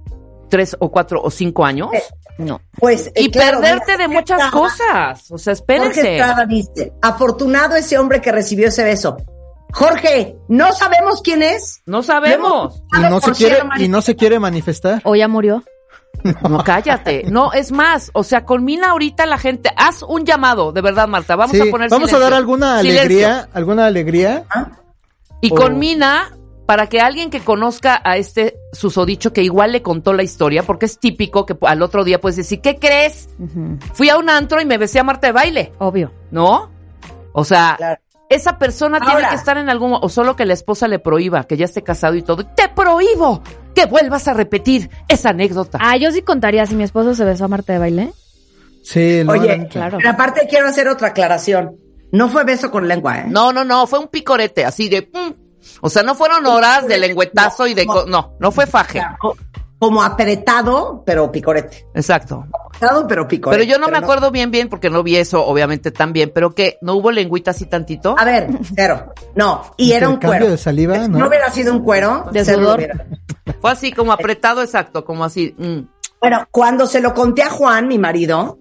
[SPEAKER 4] tres o cuatro o cinco años. No.
[SPEAKER 3] Pues, eh,
[SPEAKER 4] Y
[SPEAKER 3] claro, mira,
[SPEAKER 4] perderte de
[SPEAKER 3] Jorge
[SPEAKER 4] muchas
[SPEAKER 3] Estrada-
[SPEAKER 4] cosas. O
[SPEAKER 3] Jorge
[SPEAKER 4] sea, espérense.
[SPEAKER 3] Estrada dice, afortunado ese hombre que recibió ese beso. Jorge, no sabemos quién es.
[SPEAKER 4] No sabemos.
[SPEAKER 6] Y
[SPEAKER 3] Sabe
[SPEAKER 6] no, se
[SPEAKER 3] por
[SPEAKER 6] quiere,
[SPEAKER 3] cielo,
[SPEAKER 6] y no se quiere manifestar.
[SPEAKER 5] O ya murió.
[SPEAKER 4] No, cállate. No, es más, o sea, con Mina ahorita la gente, haz un llamado, de verdad, Marta. Vamos
[SPEAKER 6] Sí,
[SPEAKER 4] a poner
[SPEAKER 6] vamos
[SPEAKER 4] silencio.
[SPEAKER 6] a dar alguna
[SPEAKER 4] Silencio.
[SPEAKER 6] alegría, alguna alegría.
[SPEAKER 4] Y con Mina, para que alguien que conozca a este susodicho que igual le contó la historia, porque es típico que al otro día puedes decir, ¿qué crees?
[SPEAKER 5] Ujú.
[SPEAKER 4] Fui a un antro y me besé a Marta de baile,
[SPEAKER 5] Obvio.
[SPEAKER 4] ¿no? O sea,
[SPEAKER 3] Claro.
[SPEAKER 4] esa persona
[SPEAKER 3] Ahora.
[SPEAKER 4] tiene que estar en algún o solo que la esposa le prohíba, que ya esté casado y todo. Te prohíbo que vuelvas a repetir esa anécdota.
[SPEAKER 5] Ah, yo sí contaría si mi esposo se besó a Marta de baile.
[SPEAKER 6] Sí, no, la
[SPEAKER 3] Oye,
[SPEAKER 6] neta.
[SPEAKER 5] claro.
[SPEAKER 3] pero aparte quiero hacer otra aclaración. No fue beso con lengua, ¿eh?
[SPEAKER 4] No, no, no, fue un picorete, así de. mm. O sea, no fueron horas de lengüetazo y de. co- No, no fue faje.
[SPEAKER 3] O sea, o- como apretado, pero picorete.
[SPEAKER 4] Exacto.
[SPEAKER 3] Apretado, pero picorete.
[SPEAKER 4] Pero yo no me acuerdo bien bien porque no vi eso, obviamente, tan bien. Pero que no hubo lengüita así tantito.
[SPEAKER 3] A ver, cero. No, y era un
[SPEAKER 6] Intercambio
[SPEAKER 3] cuero.
[SPEAKER 6] de saliva,
[SPEAKER 3] Si
[SPEAKER 6] ¿no?
[SPEAKER 3] hubiera sido un cuero,
[SPEAKER 5] De
[SPEAKER 3] se lo
[SPEAKER 5] sudor.
[SPEAKER 3] hubiera-
[SPEAKER 4] Fue así como apretado, exacto, como así. mm.
[SPEAKER 3] Bueno, cuando se lo conté a Juan, mi marido,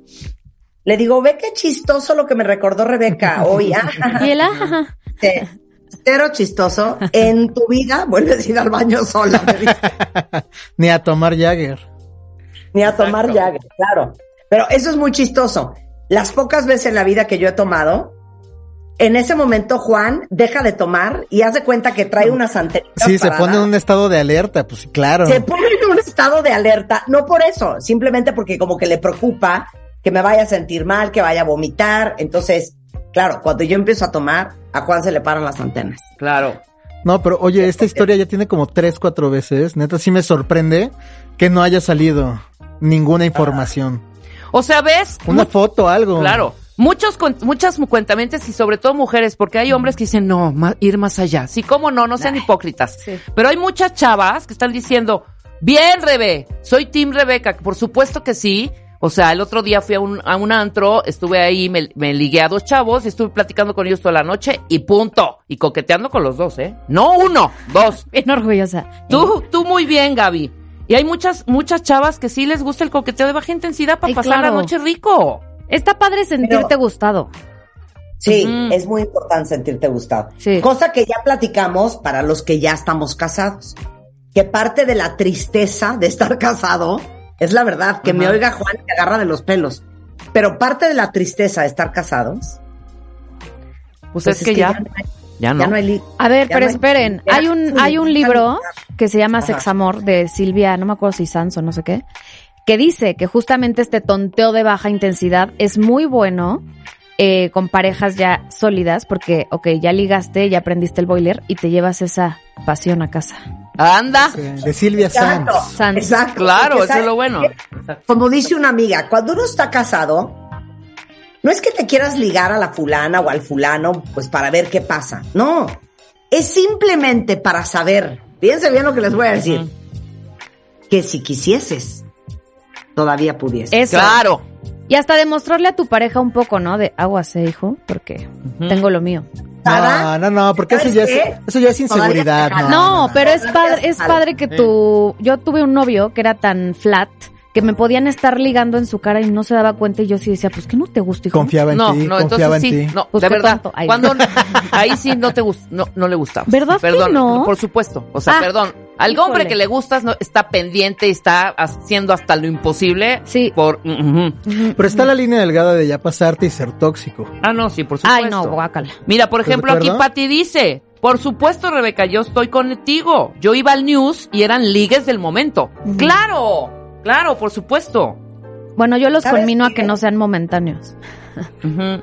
[SPEAKER 3] le digo, ve qué chistoso lo que me recordó Rebeca hoy. ah".
[SPEAKER 5] Y él, ajá.
[SPEAKER 3] Este, Cero chistoso. En tu vida vuelves a ir al baño sola. me dice.
[SPEAKER 6] Ni a tomar Jagger.
[SPEAKER 3] Ni a tomar Jagger, claro. Pero eso es muy chistoso. Las pocas veces en la vida que yo he tomado, en ese momento Juan deja de tomar y hace cuenta que trae unas antenitas.
[SPEAKER 6] Sí, se
[SPEAKER 3] paradas.
[SPEAKER 6] pone en un estado de alerta, pues claro.
[SPEAKER 3] Se pone en un estado de alerta, no por eso, simplemente porque como que le preocupa que me vaya a sentir mal, que vaya a vomitar. Entonces, claro, cuando yo empiezo a tomar, a Juan se le paran las antenas.
[SPEAKER 4] Claro.
[SPEAKER 6] No, pero oye, esta historia ya tiene como tres, cuatro veces. Neta, sí me sorprende que no haya salido ninguna información.
[SPEAKER 4] O sea, ¿ves?
[SPEAKER 6] Una
[SPEAKER 4] Mu-
[SPEAKER 6] foto, algo.
[SPEAKER 4] Claro. Muchos, cuen- muchas mu- cuentamientos y sobre todo mujeres, porque hay hombres que dicen, no, ma- ir más allá. Sí, cómo no, no sean hipócritas.
[SPEAKER 5] Sí.
[SPEAKER 4] Pero hay muchas chavas que están diciendo, bien, Rebe, soy Team Rebeca. Por supuesto que sí. O sea, el otro día fui a un, a un antro, estuve ahí, me, me ligué a dos chavos, estuve platicando con ellos toda la noche y punto. Y coqueteando con los dos, ¿eh? No uno, dos.
[SPEAKER 5] Bien orgullosa.
[SPEAKER 4] Tú, tú muy bien, Gaby. Y hay muchas, muchas chavas que sí les gusta el coqueteo de baja intensidad para
[SPEAKER 5] Ay,
[SPEAKER 4] pasar
[SPEAKER 5] claro.
[SPEAKER 4] la noche rico.
[SPEAKER 5] Está padre sentirte
[SPEAKER 3] Pero-
[SPEAKER 5] gustado.
[SPEAKER 3] Sí,
[SPEAKER 4] Ujú.
[SPEAKER 3] es muy importante sentirte gustado.
[SPEAKER 5] Sí.
[SPEAKER 3] Cosa que ya platicamos para los que ya estamos casados. Que parte de la tristeza de estar casado es la verdad, que me
[SPEAKER 4] Ajá.
[SPEAKER 3] oiga Juan y me agarra de los pelos. Pero parte de la tristeza de estar casados,
[SPEAKER 4] Pues,
[SPEAKER 3] pues
[SPEAKER 4] es, que, ya,
[SPEAKER 3] no hay-
[SPEAKER 4] ya no.
[SPEAKER 3] ya no hay li-
[SPEAKER 5] A ver,
[SPEAKER 3] Ya
[SPEAKER 5] pero
[SPEAKER 3] no hay-
[SPEAKER 5] esperen,
[SPEAKER 3] ya
[SPEAKER 5] hay
[SPEAKER 3] no
[SPEAKER 5] un,
[SPEAKER 3] hay-
[SPEAKER 5] hay un
[SPEAKER 3] ya
[SPEAKER 5] libro
[SPEAKER 3] no hay-
[SPEAKER 5] que se llama
[SPEAKER 3] Ajá.
[SPEAKER 5] Sex Amor de Silvia, no me acuerdo si Sanso, no sé qué, que dice que justamente este tonteo de baja intensidad es muy bueno eh, con parejas ya sólidas porque, ok, ya ligaste, ya aprendiste el boiler y te llevas esa pasión a casa.
[SPEAKER 4] Anda.
[SPEAKER 6] Sí, eh, de Silvia Sanz.
[SPEAKER 3] Exacto,
[SPEAKER 5] Sanz.
[SPEAKER 3] exacto.
[SPEAKER 4] Claro,
[SPEAKER 3] Porque,
[SPEAKER 4] eso es
[SPEAKER 3] ¿sabes?
[SPEAKER 4] lo bueno.
[SPEAKER 3] Como dice una amiga, cuando uno está casado, no es que te quieras ligar a la fulana o al fulano, pues para ver qué pasa. No, es simplemente para saber. Fíjense bien lo que les voy a decir. Que si quisieses, todavía pudieses.
[SPEAKER 5] Eso.
[SPEAKER 4] Claro.
[SPEAKER 5] Y hasta demostrarle a tu pareja un poco, ¿no? De aguas, eh, hijo, porque
[SPEAKER 4] Mm.
[SPEAKER 5] tengo lo mío.
[SPEAKER 3] Sara,
[SPEAKER 6] No, no, no, porque eso
[SPEAKER 3] ¿Sabes
[SPEAKER 6] ya, es,
[SPEAKER 3] qué?
[SPEAKER 6] eso ya es
[SPEAKER 3] Todavía
[SPEAKER 6] inseguridad.
[SPEAKER 3] te jala.
[SPEAKER 6] No,
[SPEAKER 4] Ah,
[SPEAKER 5] No, pero es padre, es
[SPEAKER 3] Al-
[SPEAKER 5] padre que tú. Yo tuve un novio que era tan flat que me podían estar ligando en su cara y no se daba cuenta y yo sí decía, pues que no te gusta, hijo.
[SPEAKER 6] Confiaba en
[SPEAKER 4] No,
[SPEAKER 6] ti,
[SPEAKER 4] no,
[SPEAKER 6] confiaba
[SPEAKER 4] entonces
[SPEAKER 6] en
[SPEAKER 4] sí.
[SPEAKER 6] ti.
[SPEAKER 4] No,
[SPEAKER 5] Pues
[SPEAKER 4] de
[SPEAKER 5] qué
[SPEAKER 4] verdad.
[SPEAKER 5] tonto. Ay,
[SPEAKER 4] cuando
[SPEAKER 5] no.
[SPEAKER 4] ahí sí no te gust- no, no le gustaba.
[SPEAKER 5] ¿Verdad que
[SPEAKER 4] Perdón,
[SPEAKER 5] no?
[SPEAKER 4] por supuesto. O sea,
[SPEAKER 5] Ah,
[SPEAKER 4] perdón. Al hombre
[SPEAKER 5] híjole.
[SPEAKER 4] que le gustas no, está pendiente y está haciendo hasta lo imposible.
[SPEAKER 5] Sí.
[SPEAKER 4] Por, ujú.
[SPEAKER 6] Pero está la línea delgada de ya pasarte y ser tóxico.
[SPEAKER 4] Ah, no, sí, por supuesto.
[SPEAKER 5] Ay, no, guácala.
[SPEAKER 4] Mira, por ejemplo,
[SPEAKER 6] ¿Estás de
[SPEAKER 4] aquí
[SPEAKER 6] acuerdo?
[SPEAKER 4] Pati dice, por supuesto, Rebeca, yo estoy contigo. Yo iba al news y eran ligues del momento.
[SPEAKER 5] Ujú.
[SPEAKER 4] Claro, claro, por supuesto.
[SPEAKER 5] Bueno, yo los
[SPEAKER 3] ¿Sabes
[SPEAKER 5] conmino a
[SPEAKER 3] qué?
[SPEAKER 5] que no sean momentáneos.
[SPEAKER 4] Ujú.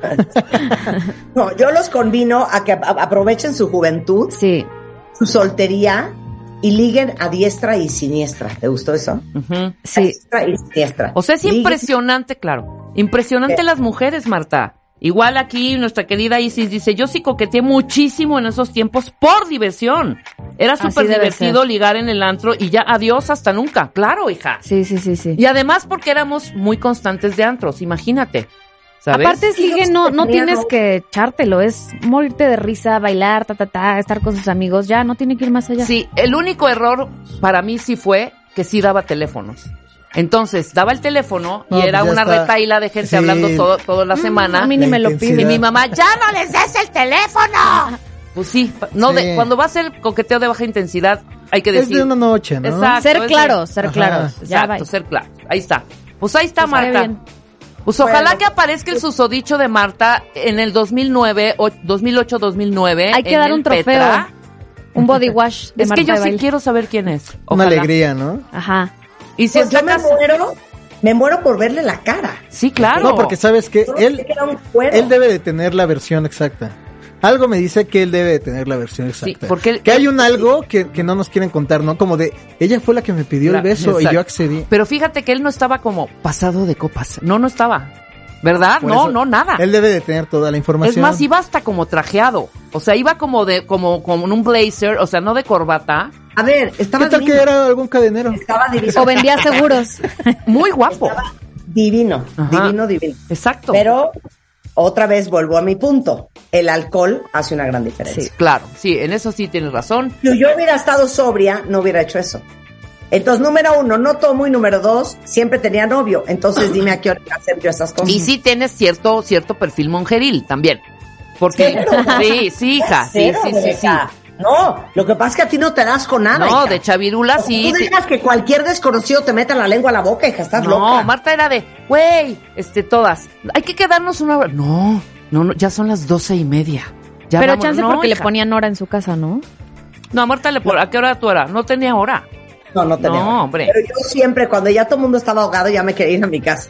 [SPEAKER 3] no, yo los convino a que a- aprovechen su juventud,
[SPEAKER 5] Sí.
[SPEAKER 3] su soltería y liguen a diestra y siniestra. ¿Te gustó eso?
[SPEAKER 4] Ujú.
[SPEAKER 3] A
[SPEAKER 5] Sí,
[SPEAKER 3] diestra y siniestra.
[SPEAKER 4] O sea, es
[SPEAKER 3] Liguen-
[SPEAKER 4] impresionante, claro. Impresionante
[SPEAKER 5] Eh.
[SPEAKER 3] Sí.
[SPEAKER 4] las mujeres, Marta. Igual aquí nuestra querida Isis dice, yo sí coqueteé muchísimo en esos tiempos por diversión. Era
[SPEAKER 5] Así
[SPEAKER 4] súper
[SPEAKER 5] debe
[SPEAKER 4] divertido
[SPEAKER 5] ser.
[SPEAKER 4] ligar en el antro y ya adiós hasta nunca. Claro, hija.
[SPEAKER 5] sí, sí, sí, sí.
[SPEAKER 4] Y además porque éramos muy constantes de antros, imagínate. ¿Sabes?
[SPEAKER 5] Aparte es ligue, no, no
[SPEAKER 3] Tenía
[SPEAKER 5] tienes
[SPEAKER 3] dos.
[SPEAKER 5] que echártelo, es morirte de risa, bailar, ta, ta, ta, estar con sus amigos, ya, no tiene que ir más allá.
[SPEAKER 4] Sí, el único error para mí sí fue que sí daba teléfonos. Entonces, daba el teléfono
[SPEAKER 6] No,
[SPEAKER 4] y
[SPEAKER 6] pues
[SPEAKER 4] era
[SPEAKER 6] ya
[SPEAKER 4] una
[SPEAKER 6] está.
[SPEAKER 4] retaila de gente
[SPEAKER 6] Sí.
[SPEAKER 4] hablando todo, toda la
[SPEAKER 5] Mm,
[SPEAKER 4] semana.
[SPEAKER 5] a mí ni
[SPEAKER 6] La
[SPEAKER 5] me lo
[SPEAKER 6] intensidad.
[SPEAKER 4] Y
[SPEAKER 5] piden.
[SPEAKER 4] mi mamá, ya no les des el teléfono. Pues sí, no
[SPEAKER 6] Sí.
[SPEAKER 4] de- cuando va a ser coqueteo de baja intensidad, hay que
[SPEAKER 6] Es
[SPEAKER 4] decir.
[SPEAKER 6] de una noche, ¿no?
[SPEAKER 4] Exacto.
[SPEAKER 5] Ser
[SPEAKER 4] es de-
[SPEAKER 5] claros, ser
[SPEAKER 6] Ajá.
[SPEAKER 5] claros. Ya,
[SPEAKER 4] Exacto,
[SPEAKER 5] bye.
[SPEAKER 4] ser claro. Ahí está. Pues ahí está
[SPEAKER 5] Pues qué
[SPEAKER 4] Marta.
[SPEAKER 5] bien.
[SPEAKER 4] Pues ojalá
[SPEAKER 3] Bueno.
[SPEAKER 4] que aparezca el susodicho de Marta en el 2009, o- 2008, 2009.
[SPEAKER 5] Hay que
[SPEAKER 4] en
[SPEAKER 5] dar
[SPEAKER 4] el
[SPEAKER 5] un trofeo.
[SPEAKER 4] Petra.
[SPEAKER 5] Un body wash de
[SPEAKER 4] Es
[SPEAKER 5] Marta
[SPEAKER 4] que yo
[SPEAKER 5] de
[SPEAKER 4] sí
[SPEAKER 5] Baile.
[SPEAKER 4] quiero saber quién es.
[SPEAKER 6] Una
[SPEAKER 4] Ojalá.
[SPEAKER 6] alegría, ¿no?
[SPEAKER 5] Ajá.
[SPEAKER 4] Y si
[SPEAKER 3] Pues
[SPEAKER 4] está
[SPEAKER 3] yo me
[SPEAKER 4] casa-
[SPEAKER 3] muero, me muero por verle la cara.
[SPEAKER 4] Sí, claro.
[SPEAKER 6] No, porque sabes que
[SPEAKER 3] Solo
[SPEAKER 6] él,
[SPEAKER 3] sé que era un cuero.
[SPEAKER 6] él debe de tener la versión exacta. Algo me dice que él debe de tener la versión exacta.
[SPEAKER 4] porque él-
[SPEAKER 6] que hay un algo que, que no nos quieren contar, ¿no? Como de, ella fue la que me pidió
[SPEAKER 4] Claro,
[SPEAKER 6] el beso
[SPEAKER 4] exacto.
[SPEAKER 6] y yo accedí.
[SPEAKER 4] Pero fíjate que él no estaba como pasado de copas. No, no estaba. ¿Verdad?
[SPEAKER 6] Por
[SPEAKER 4] no,
[SPEAKER 6] eso,
[SPEAKER 4] no, nada.
[SPEAKER 6] Él debe de tener toda la
[SPEAKER 4] Ah. Es
[SPEAKER 6] información.
[SPEAKER 4] más, iba hasta como trajeado. O sea, iba como de, como, como en un blazer, o sea, no de corbata.
[SPEAKER 3] A ver, estaba
[SPEAKER 6] ¿Qué tal
[SPEAKER 3] divino.
[SPEAKER 6] que era algún cadenero?
[SPEAKER 3] Estaba divino.
[SPEAKER 5] O vendía seguros.
[SPEAKER 4] Muy guapo.
[SPEAKER 3] Estaba divino,
[SPEAKER 4] Ajá.
[SPEAKER 3] divino, divino.
[SPEAKER 4] Exacto.
[SPEAKER 3] Pero otra vez vuelvo a mi punto. El alcohol hace una gran diferencia.
[SPEAKER 4] Sí, claro. Sí, en eso sí tienes razón.
[SPEAKER 3] Si yo hubiera estado sobria, no hubiera hecho eso. Entonces, número uno, no tomo y número dos, siempre tenía novio. Entonces, dime a qué hora iba a hacer yo esas cosas.
[SPEAKER 4] Y sí tienes cierto, cierto perfil monjeril también. Porque,
[SPEAKER 3] Cero.
[SPEAKER 4] sí, sí, hija, sí,
[SPEAKER 3] Cero,
[SPEAKER 4] sí, sí, sí.
[SPEAKER 3] Rebeca. No, lo que pasa es que a ti no te das con nada.
[SPEAKER 4] No,
[SPEAKER 3] hija.
[SPEAKER 4] de chavirula
[SPEAKER 3] O sea,
[SPEAKER 4] sí.
[SPEAKER 3] Tú
[SPEAKER 4] te-
[SPEAKER 3] dejas que cualquier desconocido te meta la lengua a la boca, hija, estás
[SPEAKER 4] No,
[SPEAKER 3] loca.
[SPEAKER 4] Marta era de, güey, este, todas. Hay que quedarnos una hora. No, no, no, ya son las doce y media. Ya
[SPEAKER 5] Pero
[SPEAKER 4] vámonos.
[SPEAKER 5] chance
[SPEAKER 4] No,
[SPEAKER 5] porque le
[SPEAKER 4] hija.
[SPEAKER 5] ponían hora en su casa, ¿no?
[SPEAKER 4] No, a Marta le pon- ¿a qué hora tu hora? No tenía hora.
[SPEAKER 3] no, no tenía.
[SPEAKER 4] No, hombre.
[SPEAKER 3] Pero yo siempre, cuando ya todo el mundo estaba ahogado, ya me quería ir a mi casa.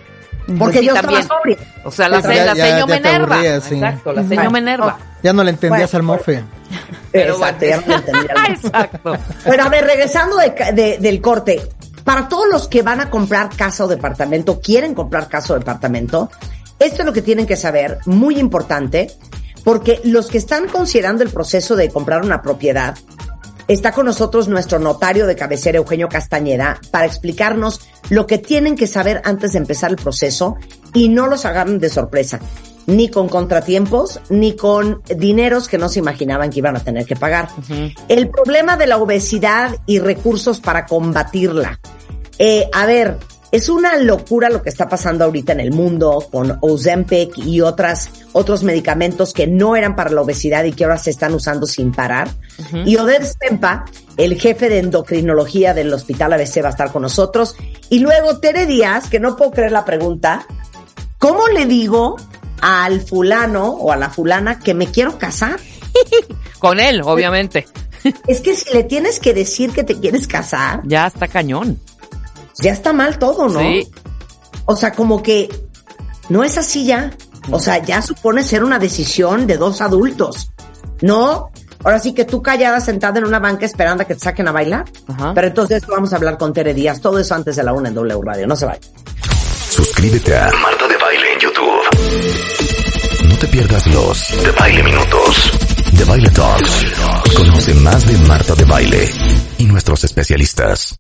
[SPEAKER 3] Porque
[SPEAKER 4] Sí,
[SPEAKER 3] yo
[SPEAKER 4] también.
[SPEAKER 3] estaba sobria.
[SPEAKER 4] O sea, la,
[SPEAKER 6] Ya-
[SPEAKER 4] se- la
[SPEAKER 6] ya-
[SPEAKER 4] seño
[SPEAKER 6] ya te
[SPEAKER 4] Menerva.
[SPEAKER 6] aburría, sí. Ah,
[SPEAKER 4] Exacto, la seño
[SPEAKER 3] Bueno,
[SPEAKER 4] Menerva.
[SPEAKER 6] Ya no le entendías
[SPEAKER 3] Bueno,
[SPEAKER 6] al mofe.
[SPEAKER 4] Pero
[SPEAKER 3] Exacto, ya
[SPEAKER 4] bueno.
[SPEAKER 3] no lo entendía.
[SPEAKER 4] Exacto.
[SPEAKER 3] Pero a ver, regresando de ca- de- del corte, para todos los que van a comprar casa o departamento, quieren comprar casa o departamento, esto es lo que tienen que saber, muy importante, porque los que están considerando el proceso de comprar una propiedad, está con nosotros nuestro notario de cabecera, Eugenio Castañeda, para explicarnos lo que tienen que saber antes de empezar el proceso y no los agarren de sorpresa, ni con contratiempos, ni con dineros que no se imaginaban que iban a tener que pagar. El problema de la obesidad y recursos para combatirla. Eh, a ver, es una locura lo que está pasando ahorita en el mundo con Ozempic y otras, otros medicamentos que no eran para la obesidad y que ahora se están usando sin parar. Y Oder Stempa, el jefe de endocrinología del Hospital ABC, va a estar con nosotros. Y luego Tere Díaz, que no puedo creer la pregunta, ¿cómo le digo al fulano o a la fulana que me quiero casar?
[SPEAKER 4] Con él, obviamente.
[SPEAKER 3] Es que si le tienes que decir que te quieres casar,
[SPEAKER 4] Ya está cañón.
[SPEAKER 3] ya está mal todo, ¿no?
[SPEAKER 4] Sí.
[SPEAKER 3] O sea, como que no es así ya. O sea, ya supone ser una decisión de dos adultos, ¿no? Ahora sí que tú callada sentada en una banca esperando a que te saquen a bailar.
[SPEAKER 4] Ajá.
[SPEAKER 3] Pero entonces vamos a hablar con Tere Díaz. Todo eso antes de la una en W Radio. No se vaya.
[SPEAKER 1] Suscríbete a
[SPEAKER 7] Marta de Baile en YouTube.
[SPEAKER 1] No te pierdas los
[SPEAKER 7] De Baile Minutos.
[SPEAKER 1] de Baile Talks. Conoce más de Marta de Baile y nuestros especialistas.